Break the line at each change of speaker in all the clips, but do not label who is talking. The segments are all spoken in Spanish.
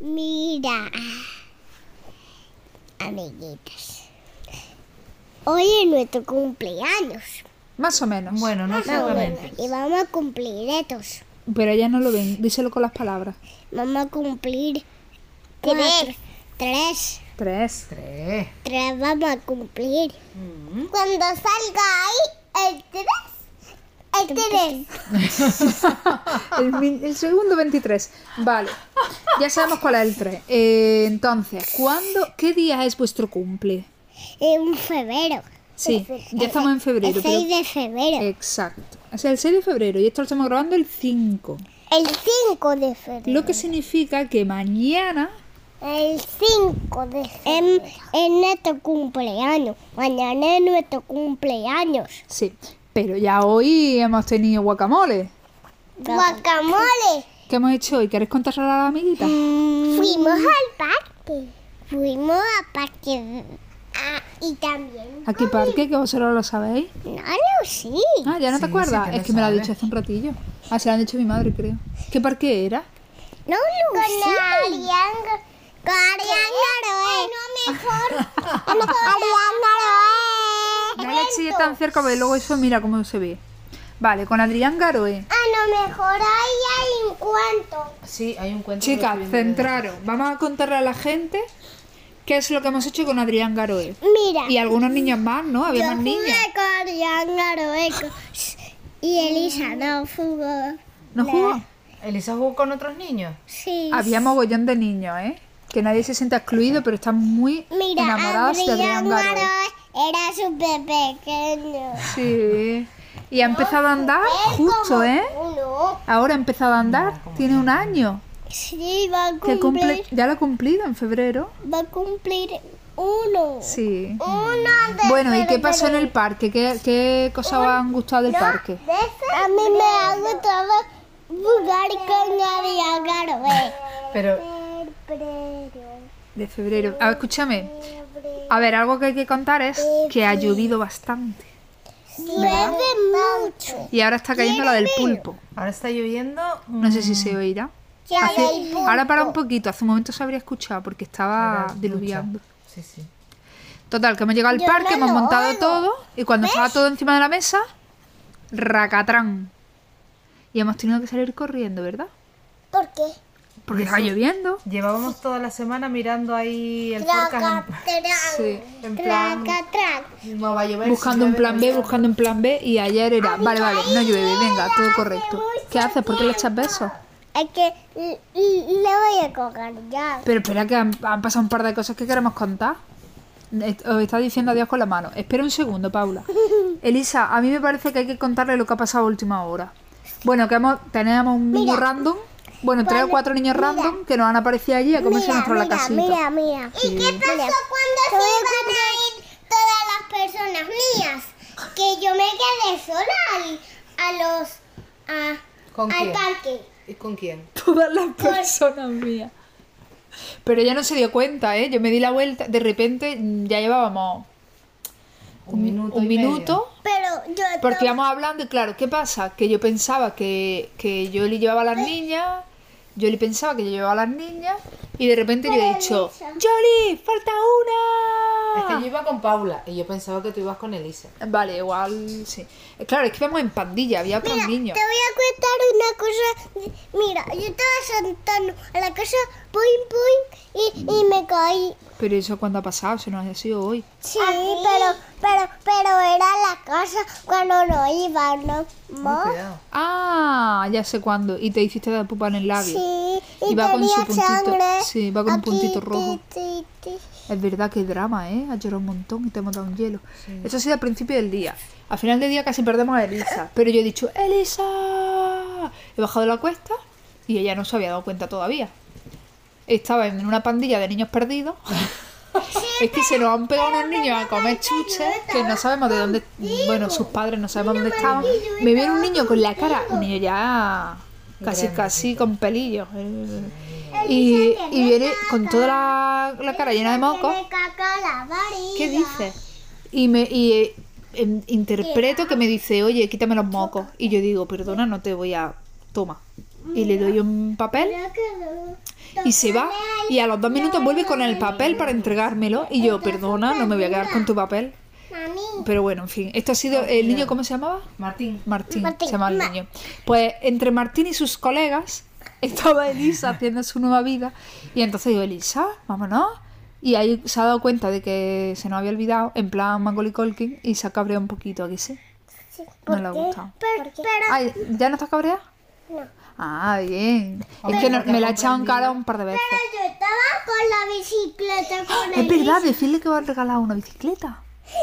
Mira, amiguitas. Hoy es nuestro cumpleaños.
Más o menos.
Bueno, no seguramente.
Y vamos a cumplir retos.
Pero ella no lo ven. Díselo con las palabras.
Vamos a cumplir tres. Tres.
Tres.
Tres.
Tres vamos a cumplir.
Mm.
Cuando salga ahí el tres. El tres.
El, min- el segundo 23. Vale. Ya sabemos cuál es el 3. entonces, ¿cuándo, ¿qué día es vuestro cumple?
En febrero.
Sí, ya estamos en febrero. Eh.
El
pero-
6 de febrero.
Exacto. O sea, el 6 de febrero y esto lo estamos grabando el 5.
El 5 de febrero.
Lo que significa que mañana
El 5 de febrero. Es nuestro cumpleaños. Mañana es nuestro cumpleaños.
Sí, pero ya hoy hemos tenido guacamole.
Guacamole.
¿Qué hemos hecho hoy? ¿Quieres contar a la amiguita?
Fuimos al parque. Fuimos al parque. Ah, y también.
¿A qué parque? Que vosotros lo sabéis.
No lo sé.
Ah, ya no
Sí,
te acuerdas.
sí que
es
lo
que me lo ha
sabe.
dicho hace un ratillo. Ah, se lo han dicho a mi madre, creo. ¿Qué parque era?
No lo sé. Con Ariángaro. Con Ariángaro. No, mejor. eh. Con Ariángaro. eh.
No le exige tan cerca, porque luego eso mira cómo se ve. Vale, con Adrián Garoe.
A lo mejor ahí hay un cuento.
Sí, hay un cuento.
Chicas, centraros. Vamos a contarle a la gente qué es lo que hemos hecho con Adrián Garoe.
Mira.
Y algunos niños más, ¿no? Había más
Yo
niños.
jugué con Adrián Eco y Elisa no jugó.
¿No jugó?
Elisa jugó con otros niños.
Sí.
Había mogollón de niños, ¿eh? Que nadie se sienta excluido, pero están muy
Mira,
enamoradas de Adrián
Adrián
Garoe.
Garoe era súper pequeño.
Sí. Y ha empezado a andar
Es
justo,
como
¿eh?
Uno.
Ahora ha empezado a andar, tiene un año.
Sí, va a
Que
cumplir,
cumple, ya lo ha cumplido en febrero.
va a cumplir uno.
Sí.
Uno de
Bueno, ¿y qué
febrero.
pasó en el parque? ¿Qué, qué cosas os han gustado del parque?
A mí me ha gustado jugar con Adrián Garoe.
Pero
De febrero. A ver, escúchame. A ver, algo que hay que contar es que ha llovido bastante.
Llueve mucho.
Y ahora está cayendo la del pulpo.
ahora está lloviendo. mm,
No sé si se oirá. Hace- ahora para un poquito, hace un momento se habría escuchado porque estaba
mucho.
diluviando.
Sí, sí.
Total, que hemos llegado al
Yo
parque,
no
hemos
lo
montado
oigo.
todo y cuando estaba todo encima de la mesa, racatrán. Y hemos tenido que salir corriendo, ¿verdad?
¿Por qué?
Porque estaba lloviendo.
Llevábamos toda la semana mirando ahí el
Traca,
podcast.
Sí.
traca,
En plan,
traca, traca.
no va a
Pues,
llover.
Buscando un
si llueve,
plan
no
B,
llueve.
buscando un plan B y ayer era, vale, vale, no llueve, venga, todo correcto. ¿Qué haces? ¿Por qué le echas besos?
Es que l- l- le voy a coger ya.
Pero espera que han, han pasado un par de cosas que queremos contar. Est- Os está diciendo adiós con la mano. Espera un segundo, Paula. Elisa, a mí me parece que hay que contarle lo que ha pasado a última hora. Bueno, que hemos, tenemos un niño random. Bueno, tres o cuatro niños random que nos han aparecido allí a comerse
Mira,
nuestra la
mira,
casita.
mira, mira. ¿Y qué pasó cuando se iban a ir todas las personas mías? Que yo me quedé sola al, a los... a-
¿Con
al
quién?
parque.
¿Y con quién?
Todas las personas mías. Pero ella no se dio cuenta, ¿eh? Yo me di la vuelta. De repente mm, ya llevábamos
Un minuto.
un
y medio.
minuto.
Pero yo...
Porque íbamos hablando y claro, ¿qué pasa? Que yo pensaba que, que yo le llevaba a
Eh.
las niñas, yo le pensaba que yo llevaba a las niñas y de repente yo he dicho, Jolie, falta
Es que yo
una.
iba con Paula y yo pensaba que tú ibas con Elisa.
Vale, igual, sí. Eh, Claro, es que íbamos en pandilla, había otros
Mira,
niños.
Te voy a contar una cosa. Mira, yo estaba saltando a la casa, pum, pum, y, y me caí.
Pero eso cuando ha pasado, se nos ha sido hoy.
Sí, pero, pero, pero era la casa cuando no iba, ¿no?
Ten
¿Mo?
Cuidado.
Ah, ya sé cuándo. Y te hiciste de pupa en el labio.
Sí, y,
Y va con su
tenía
puntito,
sangre.
sí, va con un
aquí,
puntito rojo.
ti, ti, ti.
Es verdad que drama, ¿eh? Ha llorado un montón y te hemos dado un hielo. Eso ha sido al principio del día. Al final del día casi perdemos a Elisa. Pero yo he dicho, ¡Elisa! He bajado la cuesta y ella no se había dado cuenta todavía. Estaba en una pandilla de niños perdidos. es que se nos han pegado unos niños a comer chuches que no sabemos de dónde. Bueno, sus padres no sabemos dónde estaban. Me vieron un niño con la cara. Un niño ya. Casi,
Grande,
casi con pelillos. Eh, Y, y viene con toda la, la cara llena de mocos.
Tiene caca la varilla.
¿Qué dices? Y me y, eh, em, interpreto que me dice, oye, quítame los mocos. Y yo digo, perdona, no te voy a. Toma. Y le doy un papel
Creo que no.
Y se va. Y a los dos minutos vuelve con el papel para entregármelo. Y yo, perdona, no me voy a quedar con tu papel.
Mami.
Pero bueno, en fin. Esto ha sido. ¿El niño cómo se llamaba?
Martín.
Martín,
Martín,
se llama el
Ma-
niño. Pues entre Martín y sus colegas estaba Elisa haciendo su nueva vida y entonces digo, Elisa, vámonos. Y ahí se ha dado cuenta de que se nos había olvidado, en plan Macaulay Culkin, y se ha cabreado un poquito aquí, ¿sí?
Sí.
No le ha gustado.
Pero, pero
Ay, ¿ya no estás cabreada?
No.
Ah, bien.
Hombre,
es que no-
porque
me la ha
ha
echado en cara un par de veces.
yo estaba con la bicicleta con
¡Ah! Es
el
verdad, decirle que va a regalar una bicicleta.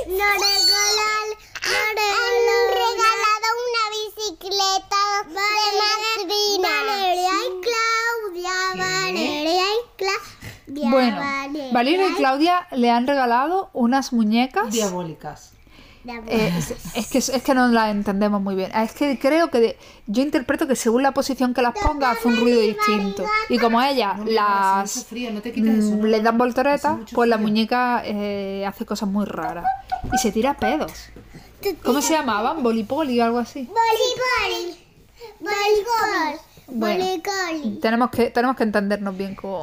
No regalar, Han regalado una bicicleta de madrina. Valeria y Claudia, Valeria y Claudia.
bueno, Valeria y Claudia le han regalado unas muñecas.
Diabólicas.
Eh, es, es que, es que no la entendemos muy bien. Ah, Es que creo que de- yo interpreto que según la posición que las ponga hace un ruido distinto. Y como a ella
No, no, hace
las
mucho frío, no te quites eso,
mm,
no.
le dan
Hace
volteretas,
mucho
pues la
frío.
muñeca eh, hace cosas muy raras. Y se tira pedos. ¿Cómo se llamaban? Bolipoli o algo así.
Voleibol. Voleibol.
Bueno.
Voleibol.
Tenemos que, tenemos que entendernos bien con,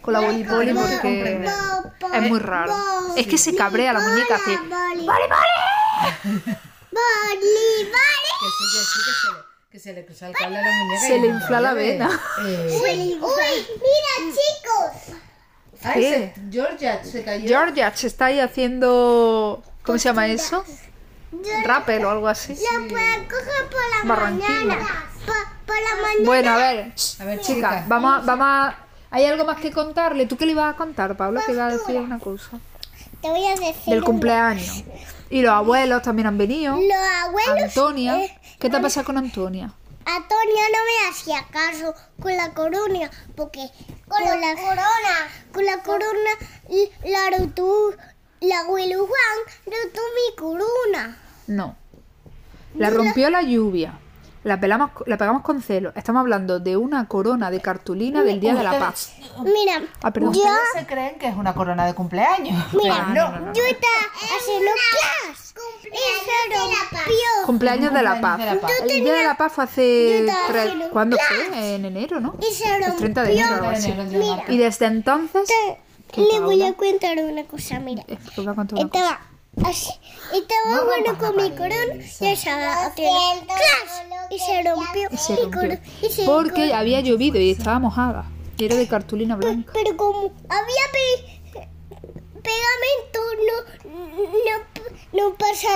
con la bolipoli
Tenemos que
porque
comprender.
es muy raro. Es que se cabrea la muñeca así.
Voleibol.
Que sí, que sí, que se le, que se le cruza el cable a la muñeca.
Se
y
le
no,
infla la
eh,
vena.
eh,
Uy, mira chicos.
ay,
¿Qué?
se- Georgia se cayó.
Georgia se está ahí haciendo. ¿Cómo se llama eso?
Yo
Rappel o algo así.
lo puedo coger por la
Barranquilla.
mañana. Por, por la mañana.
Bueno, a ver,
A
chicas,
ver, chicas.
vamos a, vamos a- ¿Hay algo más que contarle? ¿Tú qué le ibas a contar, Pablo? Te iba a decir una cosa.
Te voy a decir.
Del cumpleaños. Y los abuelos también han venido.
Los abuelos.
Antonia.
eh,
¿Qué te ha pasado con Antonia?
Antonio no me hacía caso con la corona, porque con, la corona, con la corona, l- la rotu, la abuelo Juan roto mi corona.
No. La rompió la lluvia. La, pelamos, la pegamos con celo. Estamos hablando de una corona de cartulina del Día de la Paz.
Mira,
Ah, perdón.
yo,
Ustedes se creen que es una corona de cumpleaños.
Mira,
Pero
no, no, no.
yo estaba haciendo class y se rompió.
Cumpleaños de la Paz.
Cumpleaños de la Paz.
El Día de la Paz fue hace...
Yo estaba
tres-
haciendo
¿Cuándo
class.
fue? En enero, ¿no?
Y se
El 30 de
rompió.
enero, algo
Pero
así.
en el- en el
Mira.
marco.
Y desde entonces... eh,
Te- le voy a contar una cosa, mira.
Es que te voy a contar una cosa.
Estaba así, estaba
No
bueno
rompas la
con mi
pared,
corona y
Elisa.
estaba haciendo clash y se rompió.
Y se
mi
rompió.
corona, y se
Porque
corona.
había llovido y estaba mojada. Y era de cartulina blanca.
Pero como había pe- pegamento, no, no, no pasa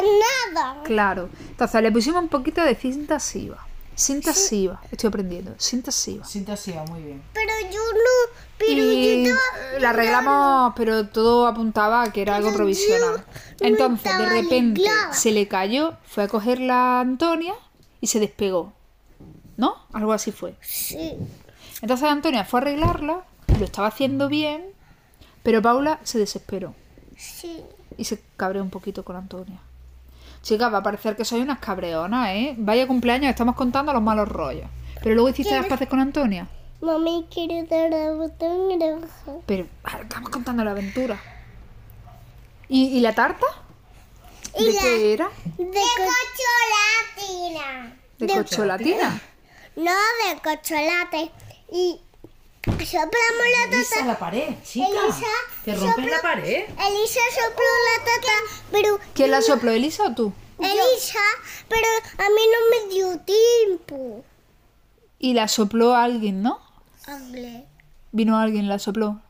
nada.
Claro. Entonces le pusimos un poquito de cinta siva. Cinta siva. Estoy aprendiendo. Cinta siva.
Siento sí, va muy bien.
Pero yo no, pero
Y
yo estaba-
la arreglamos, pero todo apuntaba a que era algo
Pero yo
provisional.
no
Entonces, de
estaba
repente,
arreglada.
se le cayó, fue a coger la Antonia y se despegó. ¿No? Algo así fue.
Sí.
Entonces Antonia fue a arreglarla, lo estaba haciendo bien, pero Paula se desesperó.
Sí.
y se cabreó un poquito con Antonia. Chicas, va a parecer que soy unas cabreonas, ¿eh? Vaya cumpleaños, estamos contando los malos rollos. Pero luego hiciste las paces con Antonia.
Mami, quiero dar el botón rojo.
Pero ah, estamos contando la aventura. ¿Y, y la tarta?
Y
¿De
la-
qué era?
De, cocholatina.
De,
de-
cocholatina.
No, de cocholate. Y soplamos la tata.
Elisa, la pared, chica.
Elisa,
que rompes
sopla-
la pared.
Elisa sopló la tata, pero
¿Quién la sopló, Elisa o tú?
Elisa, pero a mí no me dio tiempo.
Y la sopló alguien, ¿no?
Hablé.
Vino alguien, la sopló.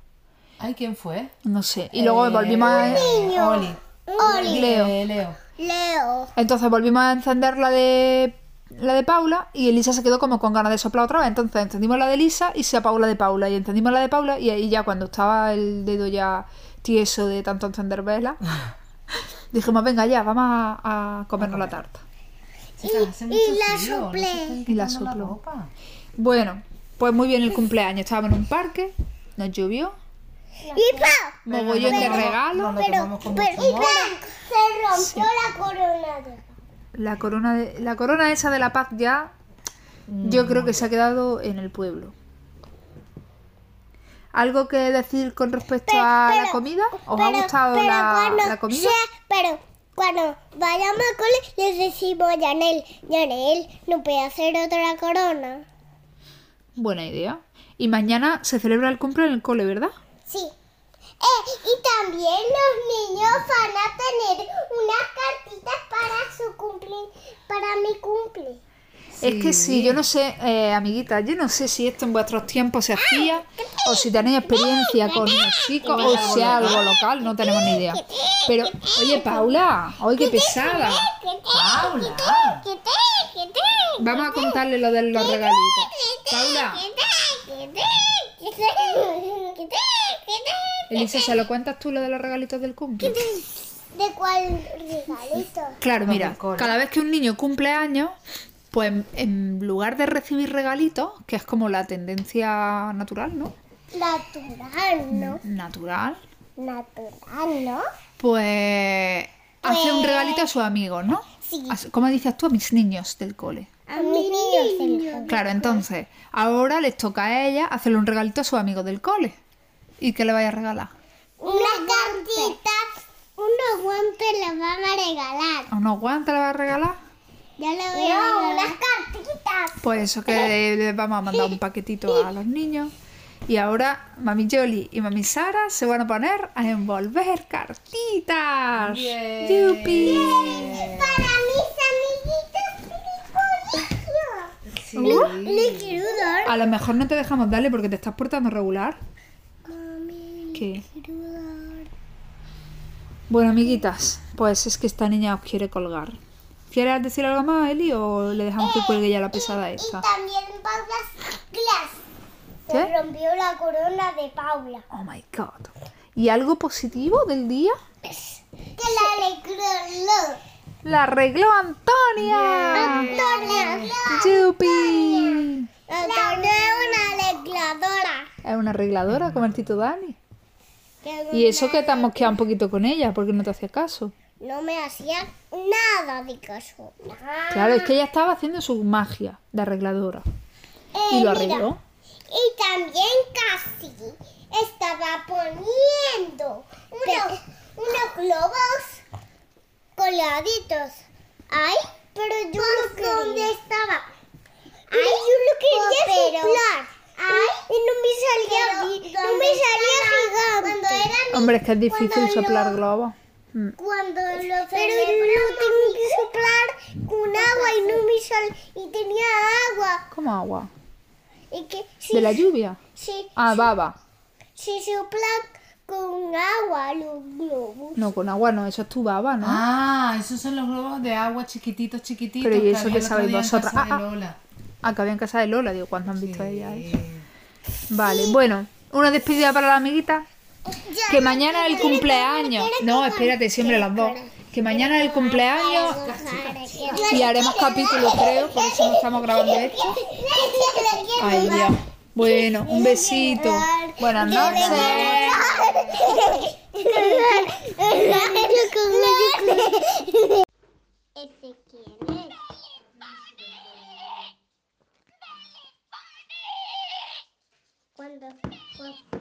Ay, ¿quién fue?
No sé.
Eh,
Y luego volvimos a...
niño.
Oli.
Oli,
Leo.
Eh, Leo.
Leo.
Entonces volvimos a encender la de la de Paula y Elisa se quedó como con ganas de soplar otra vez. Entonces encendimos la de Elisa y se apagó la de Paula y encendimos la de Paula y ahí ya cuando estaba el dedo ya tieso de tanto encender vela, dijimos, venga ya, vamos a, a comernos la tarta.
Chicas, hace
y
mucho
la
frío, no se
soplé.
estén
Y la
quitando
sopló.
ropa.
Bueno, pues muy bien el cumpleaños. Estábamos en un parque, nos llovió,
Y pa.
mogollón de
Pero-
regalo.
Nos lo
Pero,
tomamos con
pero,
mucho
y
humor.
pa. Se rompió la corona de
La corona, de, la corona esa de la paz ya, yo creo que se ha quedado en el pueblo. ¿Algo que decir con respecto
Pero-
a la
pero-
comida? ¿Os ha
pero-
gustado
pero
la,
cuando
la comida?
sea- pero cuando vayamos al cole les decimos a Yanel, Yanel, no puede hacer otra corona.
Buena idea. Y mañana se celebra el cumple en el cole, ¿verdad?
Sí. Eh, y también los niños van a tener unas cartitas para su cumple, para mi cumple.
Es que sí, yo no sé, eh, amiguita, yo no sé si esto en vuestros tiempos se hacía o si tenéis experiencia con los chicos o si es algo local, no tenemos ni idea. Pero, oye, Paula, hoy qué pesada.
Eh,
Paula.
Vamos a contarle lo de los regalitos. Paula, Elisa, ¿se lo cuentas tú lo de los regalitos del cumple?
¿De cuál regalito?
Claro,
Los
mira,
del cole.
cada vez que un niño cumple años, pues en lugar de recibir regalitos, que es como la tendencia natural, ¿no?
Natural, ¿no?
Natural,
Natural, ¿no?
pues hace un regalito a sus amigos, ¿no?
Sí.
A su- ¿Cómo dices tú? A mis niños del cole.
A mis niños se los
Claro, entonces, ahora les toca a ella hacerle un regalito a sus amigos del cole. ¿Y qué le vaya a regalar?
Unas cartitas, unos guantes las vamos a regalar.
¿A unos guantes le va a regalar?
Ya le voy a regalar. unas cartitas.
Pues eso que les vamos a mandar un paquetito a los niños. Y ahora mami Jolly y mami Sara se van a poner a envolver cartitas.
Bien.
¡Yupi!
Para mis amiguitos
Sí.
Le quiero dar.
A lo mejor no te dejamos darle porque te estás portando regular.
Mami,
¿Qué?
quiero dar.
Bueno, amiguitas, pues es que esta niña os quiere colgar. ¿Quieres decir algo más, Eli, o le dejamos que cuelgue ya la pesada
Y
esta?
también Paula Glass.
¿Qué?
Se rompió la corona de Paula.
Oh my god. ¿Y algo positivo del día?
Que la alegró.
¡La arregló Antonia!
Antonia.
¡Yupi!
Antonia es una alegradora.
Es una arregladora como el Tito Dani. Y eso que te has mosqueado un poquito con ella, porque no te hacía caso.
No me hacía nada de caso.
Claro, es que ella estaba haciendo su magia de arregladora.
Eh,
Y
mira,
lo arregló.
Y también casi estaba poniendo unos, unos globos coladitos. Ahí, pero yo no ¿Dónde estaba? Ahí yo lo quería soplar. Ahí y no me salía, bi- no me salía gigante.
Hombre, es que es difícil soplar globos. Mm.
cuando lo pero lo tengo que soplar con agua y no me sal y tenía agua
Como agua.
y que si,
De la lluvia.
si,
Ah, baba.
si sopla con agua los globos
No, con agua no, eso es tu baba, ¿no?
Ah, esos son los globos de agua chiquititos, chiquititos.
Pero ¿y
que
eso
había
qué
el otro
sabéis
día en casa
vosotras?
de
Ah, ah.
Lola.
Acá había en casa de Lola, digo, ¿cuánto han visto ella eso?
Eh,
Vale, bueno, una despedida para la amiguita. Que mañana es el cumpleaños. No, espérate, siempre las dos. Que mañana es el cumpleaños y haremos capítulo, creo, por eso no estamos grabando esto. Ay, Dios. Bueno, un besito. Buenas noches.
¿Ese quién es? Cuando, cu-